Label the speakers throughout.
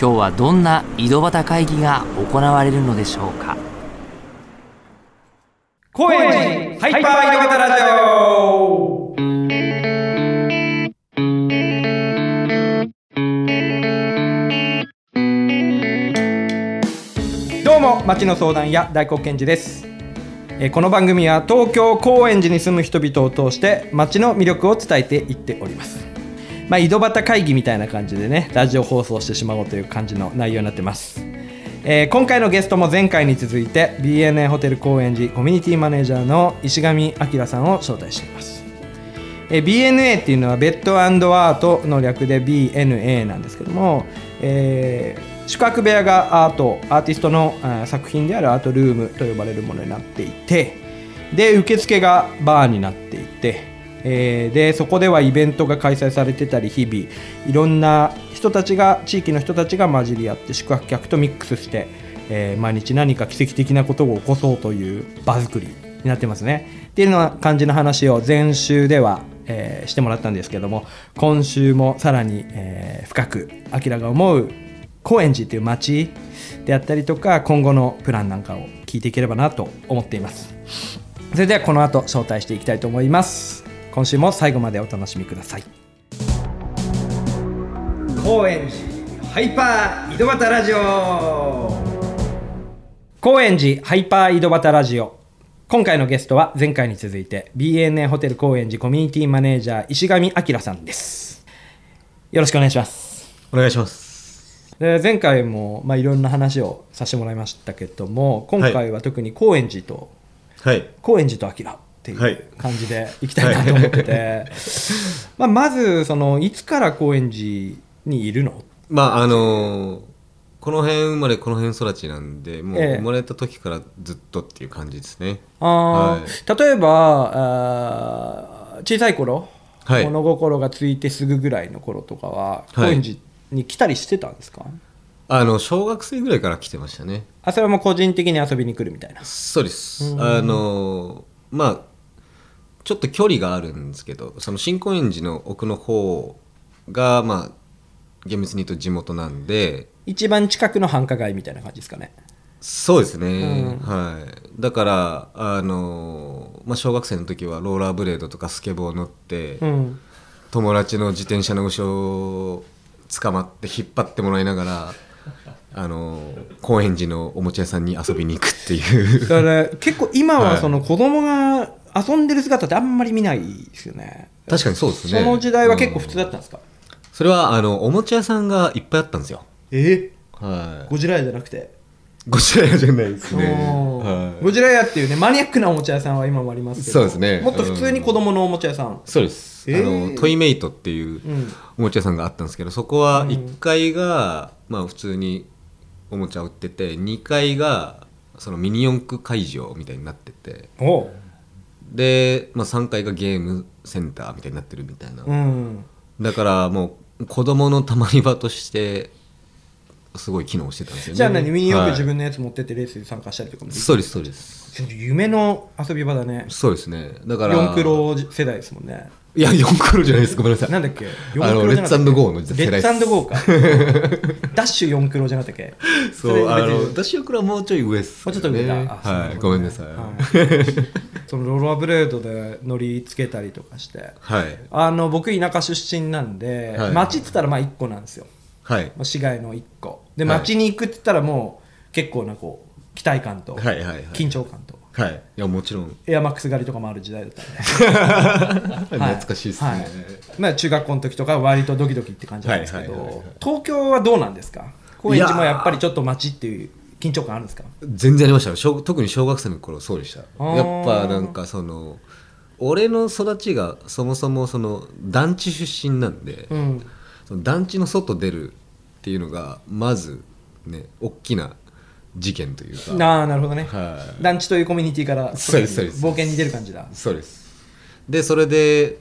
Speaker 1: 今日はどんな井戸端会議が行われるのでしょうか
Speaker 2: 高円寺ハイパー井戸端ラジオどうも町の相談屋大黒賢治ですえーこの番組は東京高円寺に住む人々を通して町の魅力を伝えていっておりますまあ井戸端会議みたいな感じでねラジオ放送してしまおうという感じの内容になってますえー今回のゲストも前回に続いて BNA ホテル高円寺コミュニティマネージャーの石上彰さんを招待しています、えー BNA っていうのはベッドアートの略で BNA なんですけども、えー宿泊部屋がアートアーティストのあー作品であるアートルームと呼ばれるものになっていてで受付がバーになっていて、えーでそこではイベントが開催されてたり日々いろんな人たちが地域の人たちが混じり合って宿泊客とミックスして、えー毎日何か奇跡的なことを起こそうという場作りになってますねっていうような感じの話を前週では、えーしてもらったんですけども今週もさらに、えー深くアキラが思う高円寺という街であったりとか今後のプランなんかを聞いていければなと思っていますそれではこの後招待していきたいと思います今週も最後までお楽しみください高円寺ハイパー井戸端ラジオ高円寺ハイパー井戸端ラジオ今回のゲストは前回に続いて BNA ホテル高円寺コミュニティマネージャー石上彰さんですよろしくお願いします
Speaker 3: お願いします。
Speaker 2: で前回も、まあ、いろんな話をさせてもらいましたけども今回は特に高円寺と、
Speaker 3: はい。
Speaker 2: 高円寺と明ってい
Speaker 3: は
Speaker 2: う
Speaker 3: い
Speaker 2: 感じでいきたいなと思ってて、 まあ、まずそのいつから高円寺にいるの
Speaker 3: まあ、あのーこの辺生まれ、この辺育ちなんで、もう
Speaker 2: ええ
Speaker 3: 生まれた時からずっとっていう感じですね。
Speaker 2: あー例えばあー小さい頃、
Speaker 3: はい
Speaker 2: 物心がついてすぐぐらいの頃とかは高
Speaker 3: はい
Speaker 2: 円寺に来たりしてたんですか、
Speaker 3: あの、小学生ぐらいから来てましたね。
Speaker 2: あそれはもう個人的に遊びに来るみたいな
Speaker 3: そうです。あのーまあ、ちょっと距離があるんですけど、その新高円寺の奥の方が、まあ、厳密に言うと地元なんで、
Speaker 2: 一番近くの繁華街みたいな感じですかね
Speaker 3: そうですね、
Speaker 2: うん
Speaker 3: はいだからあのーまあ、小学生の時はローラーブレードとかスケボー乗って、
Speaker 2: うん
Speaker 3: 友達の自転車の後ろを捕まって引っ張ってもらいなが らあの高円寺のおもちゃ屋さんに遊びに行くっていう
Speaker 2: だから結構今
Speaker 3: は
Speaker 2: はいその子供が遊んでる姿ってあんまり見ないですよね
Speaker 3: 確かにそうですね
Speaker 2: その時代は結構普通だったんですか、
Speaker 3: それはあのおもちゃ屋さんがいっぱいあったんですよ
Speaker 2: え
Speaker 3: はい
Speaker 2: ゴジラ屋じゃなくて、
Speaker 3: ごちら屋じゃないですね、
Speaker 2: おー
Speaker 3: は
Speaker 2: ゴ
Speaker 3: い、
Speaker 2: ジラ屋っていうねマニアックなおもちゃ屋さんは今もありますけど
Speaker 3: そうですね
Speaker 2: もっと普通に子供のおもちゃ屋さん、
Speaker 3: そうです、
Speaker 2: え
Speaker 3: あ
Speaker 2: ー
Speaker 3: のトイメイトっていう
Speaker 2: うん
Speaker 3: おもちゃ屋さんがあったんですけどそこは1階が、まあ普通におもちゃ売ってて2階がそのミニ四駆会場みたいになってて
Speaker 2: おう
Speaker 3: で、まあ、3階がゲームセンターみたいになってるみたいな、
Speaker 2: うん
Speaker 3: だからもう子供のたまり場としてすごい機能してたんですよね
Speaker 2: じゃあ何ミニ四駆自
Speaker 3: はい
Speaker 2: 分のやつ持ってってレースに参加したりとかもできる
Speaker 3: そうですそうです
Speaker 2: ちょっと夢の遊び場だね
Speaker 3: そうですねだから
Speaker 2: 四クロ世代ですもんね
Speaker 3: いや四クロじゃないですごめんなさい
Speaker 2: なんだっけ四
Speaker 3: あの
Speaker 2: じゃなかったっけ
Speaker 3: レッツゴーの世
Speaker 2: レ
Speaker 3: 代
Speaker 2: ッ
Speaker 3: です
Speaker 2: ツゴーか ダッシュ四クロじゃなかったっけ
Speaker 3: そうあ
Speaker 2: れ別
Speaker 3: の
Speaker 2: に
Speaker 3: 私四クロはもうちょい上です、
Speaker 2: もうちょっと上だ。あ
Speaker 3: は
Speaker 2: そう
Speaker 3: いごめんなさい
Speaker 2: はいそのローラーブレードで乗りつけたりとかして。
Speaker 3: はい
Speaker 2: あの、僕、田舎出身なんで、
Speaker 3: はい
Speaker 2: 町っつったらまあ1個なんですよ。
Speaker 3: はい
Speaker 2: まあ市街の1個。で、
Speaker 3: はい
Speaker 2: 町に行くっつったらもう結構なこう、期待感と、
Speaker 3: はいはいはい
Speaker 2: 緊張感と。
Speaker 3: はいいやもちろん
Speaker 2: エアマックス狩りとかもある時代だったんで。
Speaker 3: 懐かしいですね、
Speaker 2: ははいまあ中学校の時とかは割とドキドキって感じなんですけ
Speaker 3: はいはいはいは
Speaker 2: ど
Speaker 3: い、
Speaker 2: 東京はどうなんですか高円寺もやっぱりちょっと町っていう緊張感あるんですか
Speaker 3: 全然ありましたよ小特に小学生の頃そうでした
Speaker 2: あー
Speaker 3: やっぱなんかその俺の育ちがそもそもその団地出身なんで、
Speaker 2: うん。
Speaker 3: その団地の外出るっていうのがまずね大きな事件というか
Speaker 2: ああなるほどね、
Speaker 3: はい
Speaker 2: 団地というコミュニティから
Speaker 3: そうですそうです
Speaker 2: 冒険に出る感じだ
Speaker 3: そうですでそれで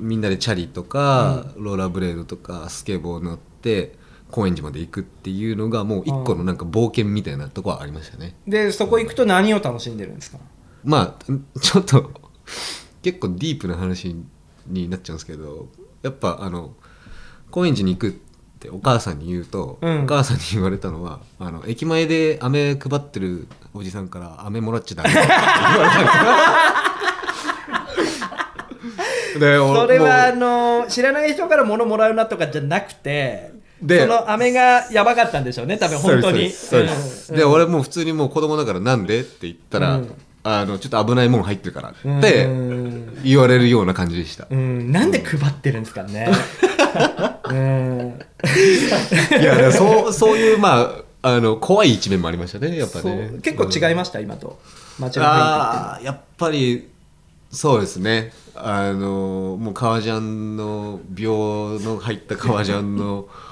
Speaker 3: みんなでチャリとか、ローラーブレードとかスケボー乗って高円寺まで行くっていうのがもう一個のなんか冒険みたいなとこはありましたね
Speaker 2: でそこ行くと何を楽しんでるんですか
Speaker 3: まあちょっと結構ディープな話になっちゃうんですけどやっぱあの高円寺に行くってお母さんに言うと、
Speaker 2: うん
Speaker 3: お母さんに言われたのはあの駅前で飴配ってるおじさんから飴もらっち ゃダメって言われたんですよで俺
Speaker 2: それはあ
Speaker 3: も
Speaker 2: の知らない人から物もらうなとかじゃなくて
Speaker 3: で
Speaker 2: その飴がやばかったんでしょうね多分本当に
Speaker 3: そうですそうです
Speaker 2: うん
Speaker 3: で俺もう普通にもう子供だからなんでって言ったら、
Speaker 2: うん
Speaker 3: あのちょっと危ないもん入ってるから
Speaker 2: うん
Speaker 3: って
Speaker 2: うん
Speaker 3: 言われるような感じでした、
Speaker 2: うんなんで配ってるんですかねうん
Speaker 3: いや、だからそ う、そういう、まあ、あの、怖い一面もありましたね、やっぱね
Speaker 2: そう。結構違い
Speaker 3: ま
Speaker 2: ました、今と街
Speaker 3: す
Speaker 2: の雰囲
Speaker 3: ああ、やっぱり、そうですね。あの、もう革ジャンの、病の入った革ジャンの、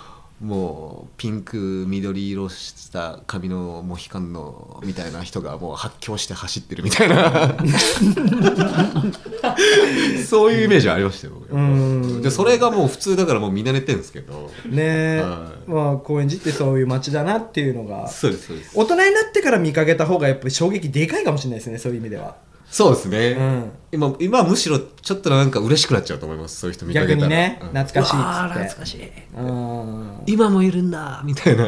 Speaker 3: もうピンク緑色した髪のモヒカンのみたいな人がもう発狂して走ってるみた いなそういうイメージはありましたよ、
Speaker 2: ん
Speaker 3: でそれがもう普通だからもうみんな寝てるんですけど
Speaker 2: 気ってねえ
Speaker 3: は
Speaker 2: まあ高円寺ってそういう街だなっていうのが
Speaker 3: そうですそうです
Speaker 2: 大人になってから見かけた方がやっぱり衝撃でかいかもしれないですねそういう意味では
Speaker 3: そうですね、
Speaker 2: うん
Speaker 3: 今今はむしろちょっとなんか嬉しくなっちゃうと思いますそういう人見かけ
Speaker 2: 逆
Speaker 3: たら
Speaker 2: にね
Speaker 3: うん
Speaker 2: 懐かしいっつって
Speaker 3: うわー懐かしい
Speaker 2: うん
Speaker 3: 今もいるんだみたいな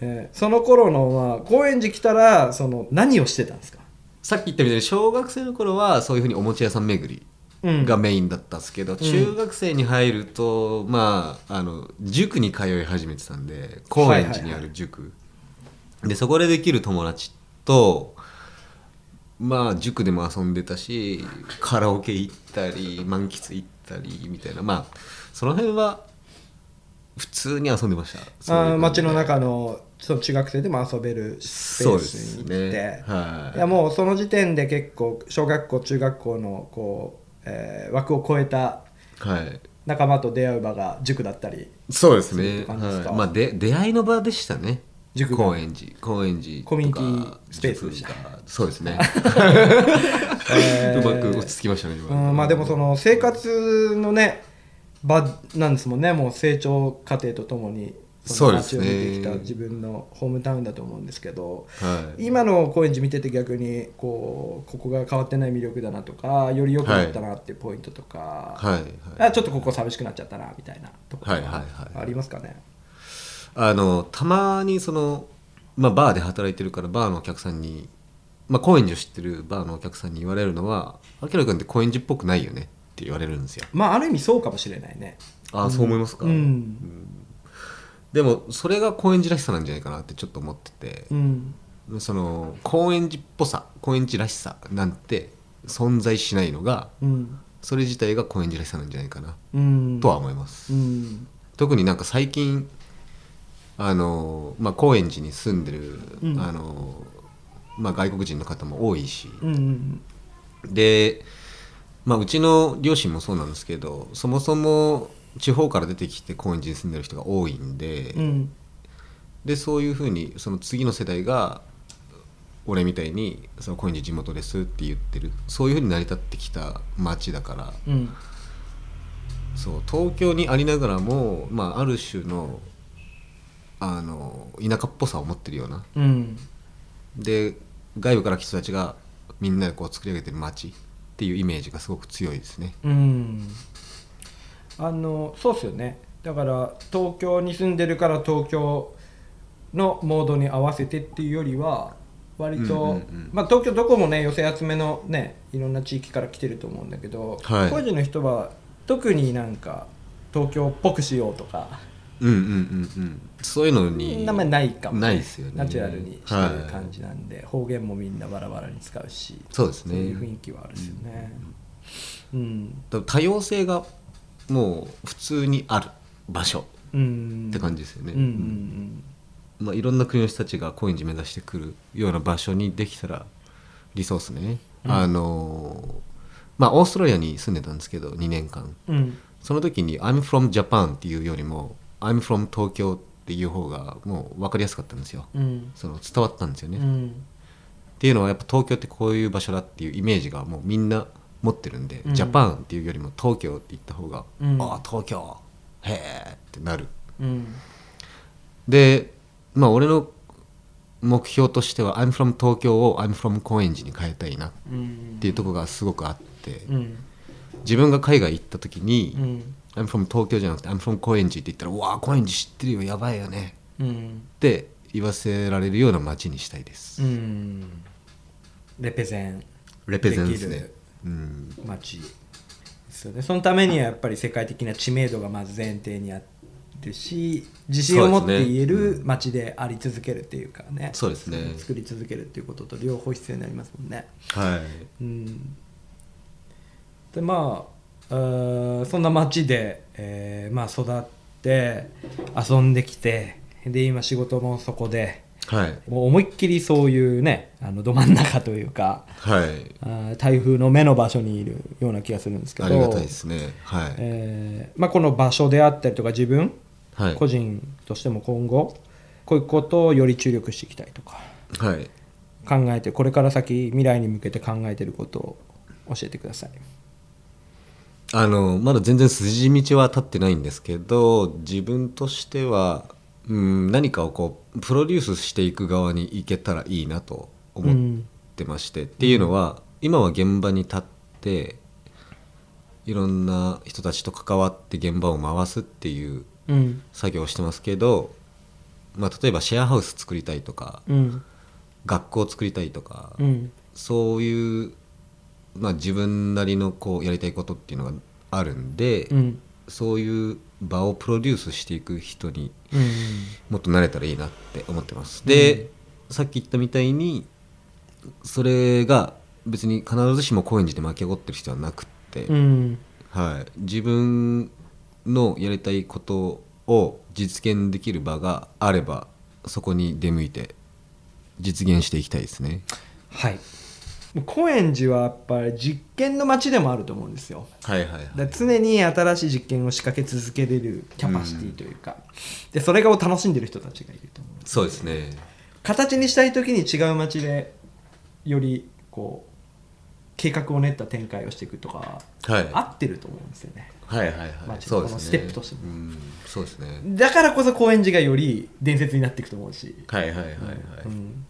Speaker 2: えーその頃のまあ高円寺来たらその何をしてたんですか
Speaker 3: さっき言ったみたいに小学生の頃はそういうふうにお餅屋さん巡
Speaker 2: うん
Speaker 3: りがメインだったんですけど、中学生に入るとまああの塾に通い始めてたんで高円寺にある塾、でそこでできる友達とまあ塾でも遊んでたしカラオケ行ったり満喫行ったりみたいなまあその辺は普通に遊んでましたそういう感じ
Speaker 2: あー
Speaker 3: で
Speaker 2: 街の中のその中学生でも遊べるスペースに行
Speaker 3: そう
Speaker 2: っ
Speaker 3: で
Speaker 2: て
Speaker 3: すねはい
Speaker 2: いやもうその時点で結構小学校中学校のこう、えー枠を超えた
Speaker 3: はい
Speaker 2: 仲間と出会う場が塾だったり
Speaker 3: そうです
Speaker 2: そ
Speaker 3: ね。
Speaker 2: ういう感じですか
Speaker 3: はいまあ、で出会いの場でしたね。
Speaker 2: 塾が
Speaker 3: 高円寺、高円寺とか
Speaker 2: コミュニティスペースでした
Speaker 3: 塾がそうですね。
Speaker 2: えー
Speaker 3: うまく落ち着きましたね。
Speaker 2: う
Speaker 3: 今
Speaker 2: んまあでもその生活のね場なんですもんねもう成長過程とともに
Speaker 3: そう
Speaker 2: の
Speaker 3: で
Speaker 2: 街
Speaker 3: す
Speaker 2: を
Speaker 3: ね
Speaker 2: 見てきた自分のホームタウンだと思うんですけど、
Speaker 3: はい
Speaker 2: 今の高円寺見てて逆にこうここが変わってない魅力だなとかより良くなったなっていうポイントとか、
Speaker 3: はいはい
Speaker 2: あちょっとここ寂しくなっちゃったなみたいなとか
Speaker 3: はいはいはい
Speaker 2: ありますかね、
Speaker 3: あのたまにその、まあ、バーで働いてるからバーのお客さんに、まあ、高円寺を知ってるバーのお客さんに言われるのは「あきら君って高円寺っぽくないよね」って言われるんですよ。
Speaker 2: まあある意味そうかもしれないね
Speaker 3: ああそう思いますか、
Speaker 2: うん
Speaker 3: でもそれが高円寺らしさなんじゃないかなってちょっと思ってて。
Speaker 2: うん
Speaker 3: その高円寺っぽさ高円寺らしさなんて存在しないのが
Speaker 2: うん
Speaker 3: それ自体が高円寺らしさなんじゃないかな
Speaker 2: うん
Speaker 3: とは思います、
Speaker 2: うん
Speaker 3: 特になんか最近あの、まあ、高円寺に住んでる、
Speaker 2: うん
Speaker 3: あのまあ、外国人の方も多いし、
Speaker 2: うんうん
Speaker 3: で、まあ、うちの両親もそうなんですけどそもそも地方から出てきて高円寺に住んでる人が多いんで、
Speaker 2: うん
Speaker 3: でそういうふうにその次の世代が俺みたいにその高円寺地元ですって言ってるそういうふうに成り立ってきた街だから
Speaker 2: うん
Speaker 3: そう東京にありながらも、まあ、ある種のあの田舎っぽさを持ってるような
Speaker 2: うん
Speaker 3: で外部から来た人たちがみんなでこう作り上げてる街っていうイメージがすごく強いですね。
Speaker 2: うんあのそうっすよねだから東京に住んでるから東京のモードに合わせてっていうよりは割と、
Speaker 3: うんうんうん
Speaker 2: まあ、東京どこもね寄せ集めのねいろんな地域から来てると思うんだけど、
Speaker 3: はい
Speaker 2: 高円寺の人は特になんか東京っぽくしようとか
Speaker 3: うんうんうんうん、そういうのに
Speaker 2: 名前ないかも、
Speaker 3: ないですよね
Speaker 2: ナチュラルにしてる感じなんで、方言もみんなバラバラに使うし
Speaker 3: そうですね
Speaker 2: そういう雰囲気はあるっすよねうん
Speaker 3: だから多様性がもう普通にある場所
Speaker 2: うん
Speaker 3: って感じですよね、
Speaker 2: うんうんうん
Speaker 3: まあ、いろんな国の人たちが高円寺目指してくるような場所にできたらリソースね、あのーまあオーストラリアに住んでたんですけど2年間
Speaker 2: うん
Speaker 3: その時に「I'm from Japan」っていうよりも「I'm from Tokyo」っっていう方がもう分かりやすかったんですよ
Speaker 2: うん
Speaker 3: その伝わったんですよ
Speaker 2: う
Speaker 3: ね、っ
Speaker 2: ん
Speaker 3: ていうのはやっぱ東京ってこういう場所だっていうイメージがもうみんな持ってるんで、
Speaker 2: うん
Speaker 3: ジャパンっていうよりも東京って言った方が、
Speaker 2: うん
Speaker 3: ああ東京へえってなる
Speaker 2: うん
Speaker 3: でまあ俺の目標としては「I'm from 東京」を「I'm from 高円寺」に変えたいなっ
Speaker 2: うん
Speaker 3: ていうところがすごくあって、
Speaker 2: うん
Speaker 3: 自分が海外行った時に
Speaker 2: う、ん
Speaker 3: I'm from 東京じゃなくて I'm from 高円寺って言ったら「うわあ高円寺知ってるよやばいよね
Speaker 2: うん」
Speaker 3: って言わせられるような街にしたいです、
Speaker 2: うんレペゼン
Speaker 3: レペゼンです
Speaker 2: でき
Speaker 3: ね
Speaker 2: る
Speaker 3: うん
Speaker 2: 街ですよねそのためにはやっぱり世界的な知名度がまず前提にあってし自信を持っ
Speaker 3: そうで
Speaker 2: て
Speaker 3: すね
Speaker 2: 言える街であり続けるっていうかね
Speaker 3: そうですね
Speaker 2: 作り続けるっていうことと両方必要になりますもんね
Speaker 3: は
Speaker 2: う
Speaker 3: い
Speaker 2: んでまああーそんな街で、えーまあ、育って遊んできてで今仕事もそこで
Speaker 3: はい
Speaker 2: もう思いっきりそういうねあのど真ん中というか
Speaker 3: はい
Speaker 2: あー台風の目の場所にいるような気がするんですけど
Speaker 3: ありがたいですねはい、
Speaker 2: えーまあ、この場所であったりとか自分、
Speaker 3: はい
Speaker 2: 個人としても今後こういうことをより注力していきたいとか
Speaker 3: はい
Speaker 2: 考えてこれから先未来に向けて考えてることを教えてください。
Speaker 3: あのまだ全然筋道は立ってないんですけど自分としては、うん、何かをこうプロデュースしていく側に行けたらいいなと思ってまして、っていうのは今は現場に立っていろんな人たちと関わって現場を回すっていう
Speaker 2: うん
Speaker 3: 作業をしてますけど、まあ、例えばシェアハウス作りたいとか、
Speaker 2: うん
Speaker 3: 学校作りたいとか、
Speaker 2: うん
Speaker 3: そういう、まあ、自分なりのこうやりたいことっていうのがあるんで、
Speaker 2: うん
Speaker 3: そういう場をプロデュースしていく人に
Speaker 2: うん
Speaker 3: もっとなれたらいいなって思ってます。で、さっき言ったみたいにそれが別に必ずしも高円寺で巻き起こってる人はなくって、
Speaker 2: うん
Speaker 3: はい、自分のやりたいことを実現できる場があればそこに出向いて実現していきたいですね。
Speaker 2: はい高円寺はやっぱり実験の街でもあると思うんですよ。
Speaker 3: はいはいはい
Speaker 2: だから常に新しい実験を仕掛け続けれるキャパシティというか、でそれを楽しんでる人たちがいると思う
Speaker 3: そうですね。
Speaker 2: 形にしたい時に違う街でよりこう計画を練った展開をしていくとか
Speaker 3: はい。
Speaker 2: 合ってると思うんですよね
Speaker 3: はいはいはい。
Speaker 2: まあちょっとこ
Speaker 3: そうですね。
Speaker 2: のステップとしても
Speaker 3: うん、そうですね。
Speaker 2: だからこそ高円寺がより伝説になっていくと思うし、
Speaker 3: はいはいはいはい。
Speaker 2: うん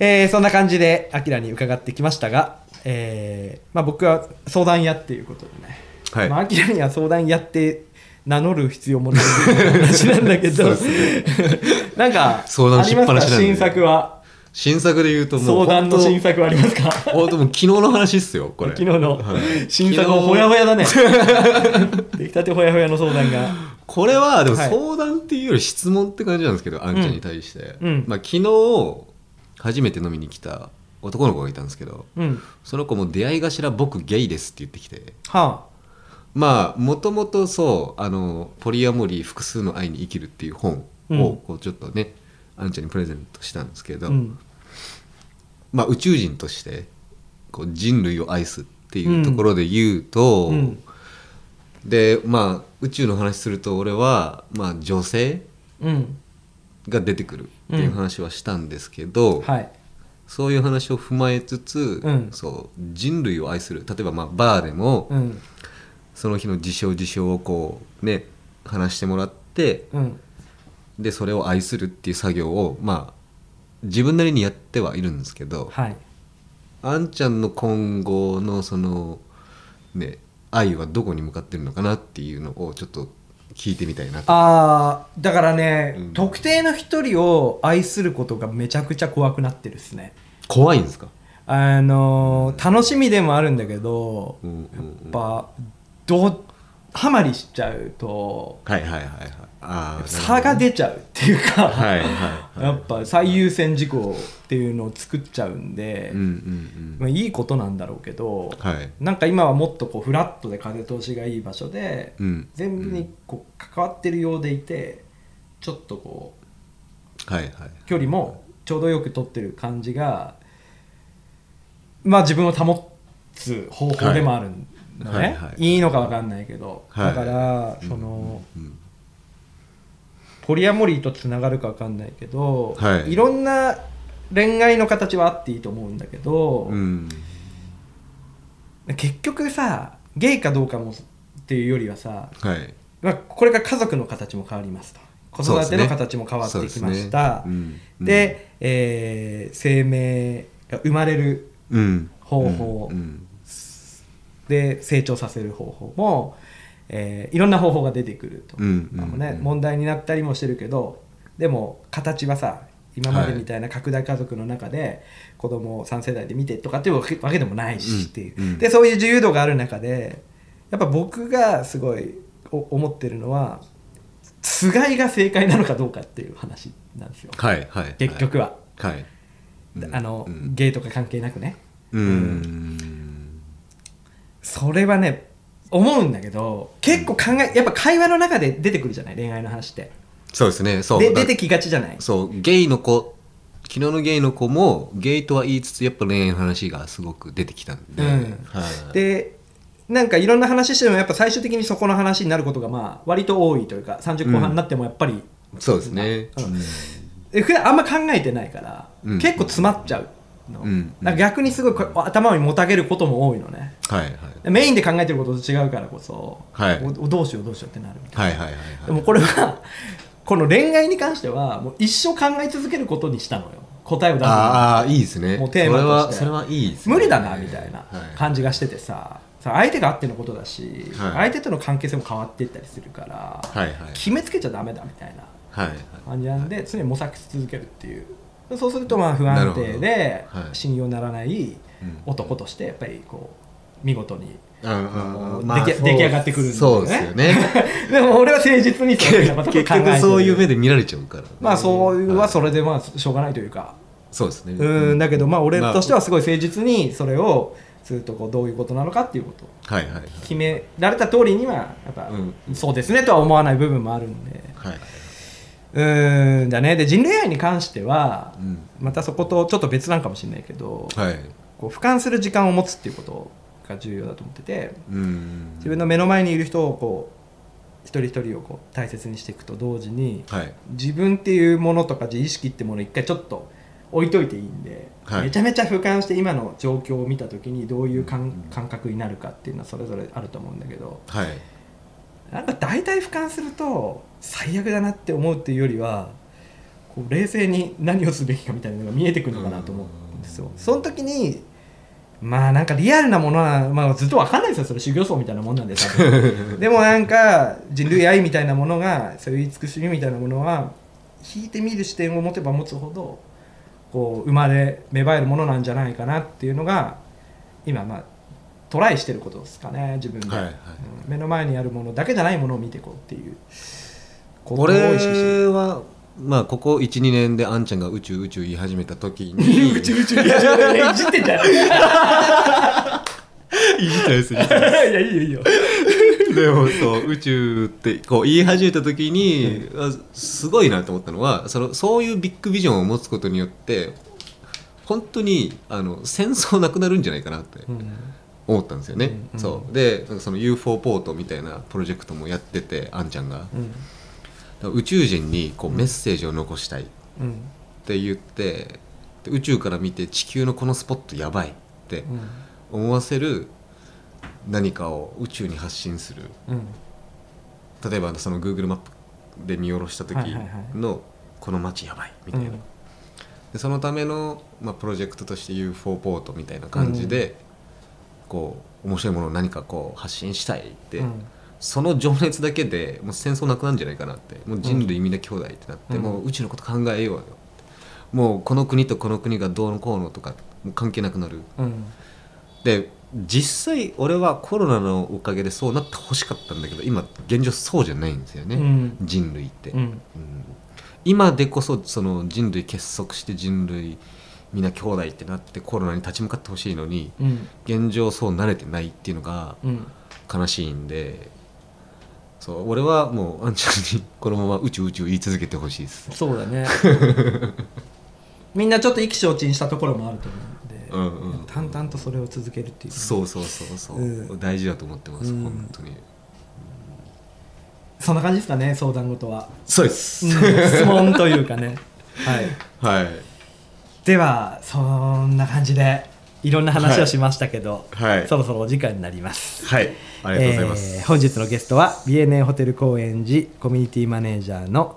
Speaker 2: えーそんな感じでアキラに伺ってきましたが、えーまあ、僕は相談屋っていうことでね
Speaker 3: はい
Speaker 2: まあ、アキラには相談やって名乗る必要もないっていう話なんだけど、 なんか、
Speaker 3: 相談しっぱな
Speaker 2: あ
Speaker 3: しなんで
Speaker 2: りますか新作は、
Speaker 3: 新作で言うとも
Speaker 2: 相
Speaker 3: う
Speaker 2: 談の新
Speaker 3: 本
Speaker 2: 作はありますか
Speaker 3: 当本当もう昨日の話っすよこれ。
Speaker 2: 昨日の
Speaker 3: はい
Speaker 2: 新作もほやほやだね。 出来たてほやほやの相談が。
Speaker 3: これはでも
Speaker 2: はい
Speaker 3: 相談っていうより質問って感じなんですけど、あんちゃんに対して、
Speaker 2: うん
Speaker 3: まあ昨日初めて飲みに来た男の子がいたんですけど、
Speaker 2: うん。
Speaker 3: その子も出会い頭僕ゲイですって言ってきて。
Speaker 2: は
Speaker 3: まあもともとそうあの「ポリアモリー複数の愛に生きる」っていう本
Speaker 2: うん
Speaker 3: をこうちょっとね、あんちゃんにプレゼントしたんですけ
Speaker 2: あ。
Speaker 3: ど、
Speaker 2: うん。
Speaker 3: まあ、宇宙人としてこう人類を愛すっていうところで言うと、
Speaker 2: うん
Speaker 3: でまあ宇宙の話すると俺は、まあ、女性
Speaker 2: うん。
Speaker 3: が出てくるっていう話はしたんですけど、
Speaker 2: はい。
Speaker 3: そういう話を踏まえつつ、
Speaker 2: うん
Speaker 3: そう人類を愛する例えばまあバーでも、
Speaker 2: うん。
Speaker 3: その日の事象事象をこうね話してもらって
Speaker 2: うん。
Speaker 3: でそれを愛するっていう作業をまあ自分なりにやってはいるんですけど、
Speaker 2: はい。
Speaker 3: あんちゃんの今後のそのね愛はどこに向かってるのかなっていうのをちょっと聞いてみたいなと
Speaker 2: あーだからね、
Speaker 3: うん
Speaker 2: 特定の一人を愛することがめちゃくちゃ怖くなってるっすね。
Speaker 3: 怖いんですか
Speaker 2: あのー楽しみでもあるんだけど、
Speaker 3: うんうん
Speaker 2: や
Speaker 3: う
Speaker 2: っ
Speaker 3: ん
Speaker 2: ぱどうハマりしちゃうと
Speaker 3: はいはいはいはいああ
Speaker 2: 差が出ちゃうっていうか、
Speaker 3: はいはい
Speaker 2: やっぱ最優先事項っていうのを作っちゃうんで、
Speaker 3: うんうんう
Speaker 2: まあ、
Speaker 3: ん
Speaker 2: いいことなんだろうけど、
Speaker 3: はい
Speaker 2: なんか今はもっとこうフラットで風通しがいい場所で、
Speaker 3: うん
Speaker 2: 全部にこう関わってるようでいてちょっとこう
Speaker 3: はいはい
Speaker 2: 距離もちょうどよく取ってる感じがまあ自分を保つ方法でもあるのね、
Speaker 3: はい
Speaker 2: い
Speaker 3: はいはい
Speaker 2: いのか分かんないけど、
Speaker 3: はい
Speaker 2: だから
Speaker 3: うん
Speaker 2: その、
Speaker 3: うん
Speaker 2: ポリアモリーとつながるかわかんないけど、
Speaker 3: はい
Speaker 2: ろんな恋愛の形はあっていいと思うんだけど、
Speaker 3: うん
Speaker 2: 結局さゲイかどうかもっていうよりはさ、
Speaker 3: はい
Speaker 2: まあ、これが家族の形も変わりますと子育ての形も変わってきました
Speaker 3: そうですねうんうん
Speaker 2: で、えー生命が生まれる
Speaker 3: うん
Speaker 2: 方法
Speaker 3: うん
Speaker 2: で成長させる方法も、えーいろんな方法が出てくると、
Speaker 3: うんうん
Speaker 2: あのね
Speaker 3: うん
Speaker 2: 問題になったりもしてるけどでも形はさ今までみたいな拡大家族の中で子供を3世代で見てとかっていうわけわけでもないしっていう、
Speaker 3: うんうん
Speaker 2: でそういう自由度がある中でやっぱ僕がすごいお思ってるのはつがいが正解なのかどうかっていう話なんですよ
Speaker 3: はいはい
Speaker 2: 結局は、
Speaker 3: はいうん
Speaker 2: あの、
Speaker 3: うん
Speaker 2: ゲイとか関係なくね
Speaker 3: うん
Speaker 2: それはね思うんだけど結構考えやっぱ会話の中で出てくるじゃない恋愛の話って
Speaker 3: そうですねそう
Speaker 2: で
Speaker 3: だ
Speaker 2: 出てきがちじゃない
Speaker 3: そうゲイの子昨日のゲイの子もゲイとは言いつつやっぱ恋愛の話がすごく出てきたんで、
Speaker 2: うん
Speaker 3: はい、
Speaker 2: でなんかいろんな話してもやっぱ最終的にそこの話になることがまあ割と多いというか30後半になってもやっぱり、
Speaker 3: そうですね、
Speaker 2: うんえ普段あんま考えてないから、
Speaker 3: うん
Speaker 2: 結構詰まっちゃうの、
Speaker 3: うん
Speaker 2: だから逆にすごいこれ頭にもたげることも多いのね
Speaker 3: はいはい
Speaker 2: メインで考えてることと違うからこそ、
Speaker 3: はい
Speaker 2: おどうしようどうしようってなるみたいな
Speaker 3: はいはいはい
Speaker 2: で
Speaker 3: は
Speaker 2: も
Speaker 3: い
Speaker 2: これはこの恋愛に関してはもう一生考え続けることにしたのよ答えを出すの
Speaker 3: ああいいですね
Speaker 2: もうテーマとして
Speaker 3: それはそれはいいですね
Speaker 2: 無理だなみたいな
Speaker 3: はい
Speaker 2: 感じがしててささ相手があってのことだし、
Speaker 3: は
Speaker 2: 相
Speaker 3: い
Speaker 2: 手との関係性も変わっていったりするから、
Speaker 3: はいはい
Speaker 2: 決めつけちゃダメだみたいな
Speaker 3: はいはい
Speaker 2: 感じなんで常に模索し続けるっていうそうするとまあ不
Speaker 3: な
Speaker 2: 安
Speaker 3: るほど
Speaker 2: 定で
Speaker 3: はい
Speaker 2: 信用ならない
Speaker 3: うん
Speaker 2: 男としてやっぱりこう見事に
Speaker 3: うんうん
Speaker 2: 出来出来上がってくるんだ
Speaker 3: そ
Speaker 2: よね
Speaker 3: うですよね
Speaker 2: でも俺は誠実にそういうようなことを考え
Speaker 3: 結
Speaker 2: てる
Speaker 3: 局そういう目で見られちゃうからね、
Speaker 2: まあそういうはそ
Speaker 3: れ
Speaker 2: れでまあしょうがないというか
Speaker 3: そうですね
Speaker 2: うんだけどまあ俺として
Speaker 3: は、
Speaker 2: はすごい誠実にそれをずっとこうどういうことなのかっていうことを
Speaker 3: はいはいはい
Speaker 2: 決められた通りにはやっぱ
Speaker 3: うん
Speaker 2: そうですねとは思わない部分もあるんで
Speaker 3: はい、
Speaker 2: うんだねで人類愛に関しては
Speaker 3: うん
Speaker 2: またそことちょっと別なんかもしれないけど
Speaker 3: はい
Speaker 2: こう俯瞰する時間を持つっていうことが重要だと思ってて
Speaker 3: うん
Speaker 2: 自分の目の前にいる人をこう一人一人をこう大切にしていくと同時に
Speaker 3: はい
Speaker 2: 自分っていうものとか自意識ってものを一回ちょっと置いといていいんで、
Speaker 3: はい
Speaker 2: めちゃめちゃ俯瞰して今の状況を見た時にどういう感感覚になるかっていうのはそれぞれあると思うんだけど
Speaker 3: はい
Speaker 2: なんか大体俯瞰すると最悪だなって思うっていうよりはこう冷静に何をすべきかみたいなのが見えてくるのかなと思うんですよ。その時にまあなんかリアルなものは、まあ、ずっとわかんないですよそれ修行僧みたいなもんなんで多 分でもなんか人類愛みたいなものがそういう慈しみみたいなものは引いてみる視点を持てば持つほどこう生まれ芽生えるものなんじゃないかなっていうのが今まあトライしてることですかね自分で、
Speaker 3: はいはい
Speaker 2: うん目の前にあるものだけじゃないものを見ていこうっていうことを
Speaker 3: 俺
Speaker 2: 意識して
Speaker 3: はまあここ12年であんちゃんが宇宙宇宙言い始めた 時に
Speaker 2: 宇宙宇宙いやいやいじってんじゃんい
Speaker 3: いじったですね
Speaker 2: やいいよいいよ
Speaker 3: でもそう宇宙ってこう言い始めた時に、あすごいなと思ったのはそのそういうビッグビジョンを持つことによって本当にあの戦争なくなるんじゃないかなって思ったんですよね。
Speaker 2: うんうん
Speaker 3: そうでなんかその UFO ポートみたいなプロジェクトもやっててあんちゃんが。だから宇宙人にこうメッセージを残したいっ
Speaker 2: うんうん
Speaker 3: て言ってで宇宙から見て地球のこのスポットやばいって思わせる何かを宇宙に発信する。
Speaker 2: うんうん
Speaker 3: 例えばその Google マップで見下ろした時
Speaker 2: はいはいはい
Speaker 3: のこの街やばいみたいな、
Speaker 2: うん
Speaker 3: でそのための、まあ、プロジェクトとして UFO ポートみたいな感じで、こう面白いものを何かこう発信したいって、
Speaker 2: うん
Speaker 3: その情熱だけでもう戦争なくなるんじゃないかなってもう人類みんな兄弟ってなって、
Speaker 2: うん
Speaker 3: もう宇宙のこと考えようよってもうこの国とこの国がどうのこうのとかもう関係なくなる
Speaker 2: うん
Speaker 3: で実際俺はコロナのおかげでそうなってほしかったんだけど今現状そうじゃないんですよね、
Speaker 2: うん
Speaker 3: 人類って、
Speaker 2: うん
Speaker 3: うん今でこそその人類結束して人類みんな兄弟ってなってコロナに立ち向かってほしいのに
Speaker 2: うん
Speaker 3: 現状そう慣れてないっていうのが
Speaker 2: うん
Speaker 3: 悲しいんでそう俺はもうあんちゃんに このまま宇宙宇宙言い続けてほしいです、
Speaker 2: そうだねみんなちょっと意気消沈したところもあると思うんで、
Speaker 3: うんうん、
Speaker 2: 淡々とそれを続けるっていう
Speaker 3: そうそうそうそう、
Speaker 2: うん
Speaker 3: 大事だと思ってます、
Speaker 2: うん
Speaker 3: 本当に
Speaker 2: そんな感じですかね相談事は、
Speaker 3: そうで
Speaker 2: う
Speaker 3: す
Speaker 2: ん、質問というか ねはい
Speaker 3: はい
Speaker 2: ではそんな感じでいろんな話をしましたけど、
Speaker 3: はいはい
Speaker 2: そろそろお時間になります
Speaker 3: はいありがとうございます、
Speaker 2: えー本日のゲストは BNA ホテル高円寺コミュニティマネージャーの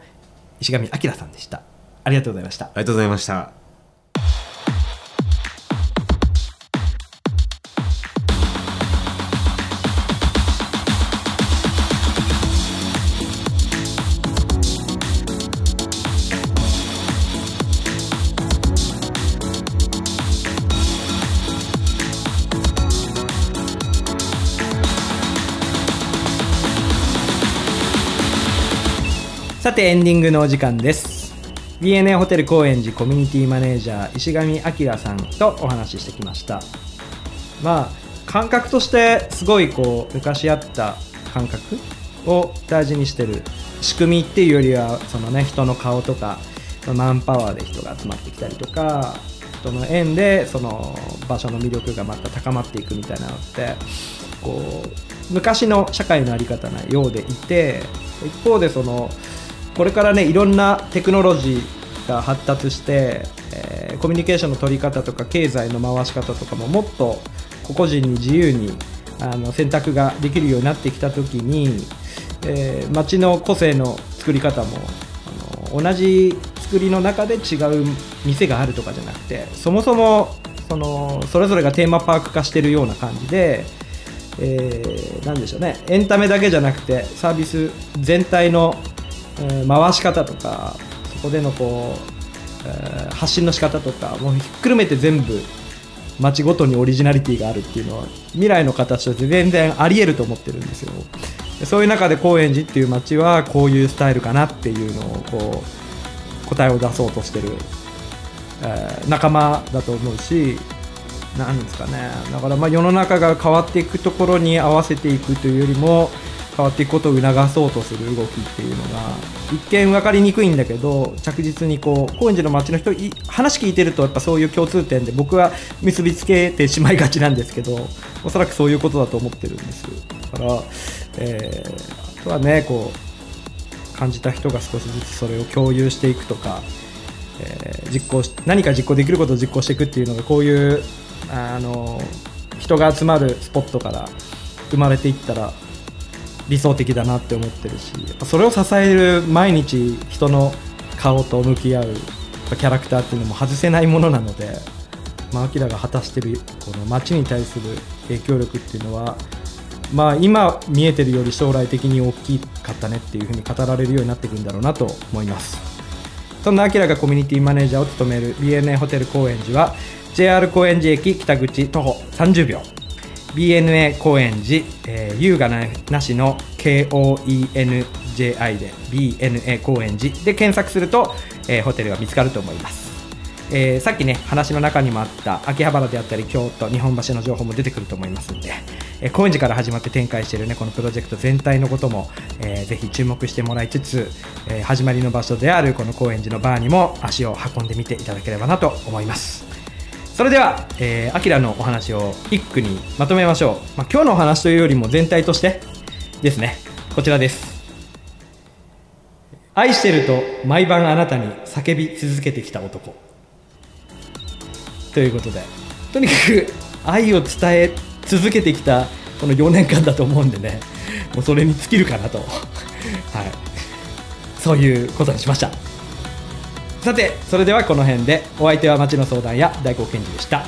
Speaker 2: 石上彰さんでしたありがとうございました
Speaker 3: ありがとうございました
Speaker 2: さてエンディングのお時間です BNA ホテル高円寺コミュニティマネージャー石上彰さんとお話ししてきましたまあ感覚としてすごいこう昔あった感覚を大事にしてる仕組みっていうよりはそのね人の顔とかまあマンパワーで人が集まってきたりとか人の縁でその場所の魅力がまた高まっていくみたいなのってこう昔の社会の在り方なようでいて一方でそのこれからねいろんなテクノロジーが発達して、えーコミュニケーションの取り方とか経済の回し方とかももっと個々人に自由にあの選択ができるようになってきた時に、えー街の個性の作り方もあの同じ作りの中で違う店があるとかじゃなくてそもそもそのそれぞれがテーマパーク化してるような感じでえーなんでしょうねエンタメだけじゃなくてサービス全体の、えー回し方とかそこでのこう、えー発信の仕方とかもうひっくるめて全部街ごとにオリジナリティがあるっていうのは未来の形として全然ありえると思ってるんですよでそういう中で高円寺っていう街はこういうスタイルかなっていうのをこう答えを出そうとしてる、えー仲間だと思うしなんですかねだからまあ世の中が変わっていくところに合わせていくというよりも変わっていくことを促そうとする動きっていうのが一見分かりにくいんだけど着実にこう高円寺の街の人い話聞いてるとやっぱそういう共通点で僕は結びつけてしまいがちなんですけどおそらくそういうことだと思ってるんですだから、えーあとはねこう感じた人が少しずつそれを共有していくとかえー実行し何か実行できることを実行していくっていうのがこういうあの人が集まるスポットから生まれていったら理想的だなって思ってるしやっぱそれを支える毎日人の顔と向き合うやっぱキャラクターっていうのも外せないものなので、まあ、アキラが果たしてるこの街に対する影響力っていうのは、まあ、今見えてるより将来的に大きかったねっていうふうに語られるようになっていくんだろうなと思います。そんなアキラがコミュニティマネージャーを務める BNA ホテル高円寺は JR 高円寺駅北口徒歩30秒 BNA 高円寺、えー優雅ななしの KOENJI で BNA 高円寺で検索すると、えーホテルが見つかると思いますえーさっきね話の中にもあった秋葉原であったり京都日本橋の情報も出てくると思いますんで、えー高円寺から始まって展開しているねこのプロジェクト全体のことも、えーぜひ注目してもらいつつ、えー始まりの場所であるこの高円寺のバーにも足を運んでみていただければなと思いますそれでは、えー、アキラのお話を一句にまとめましょう、まあ、今日のお話というよりも全体としてですねこちらです愛してると毎晩あなたに叫び続けてきた男ということでとにかく愛を伝え続けてきたこの4年間だと思うんでねもうそれに尽きるかなと はいそういうことにしましたさてそれではこの辺でお相手は町の相談や大光健二でした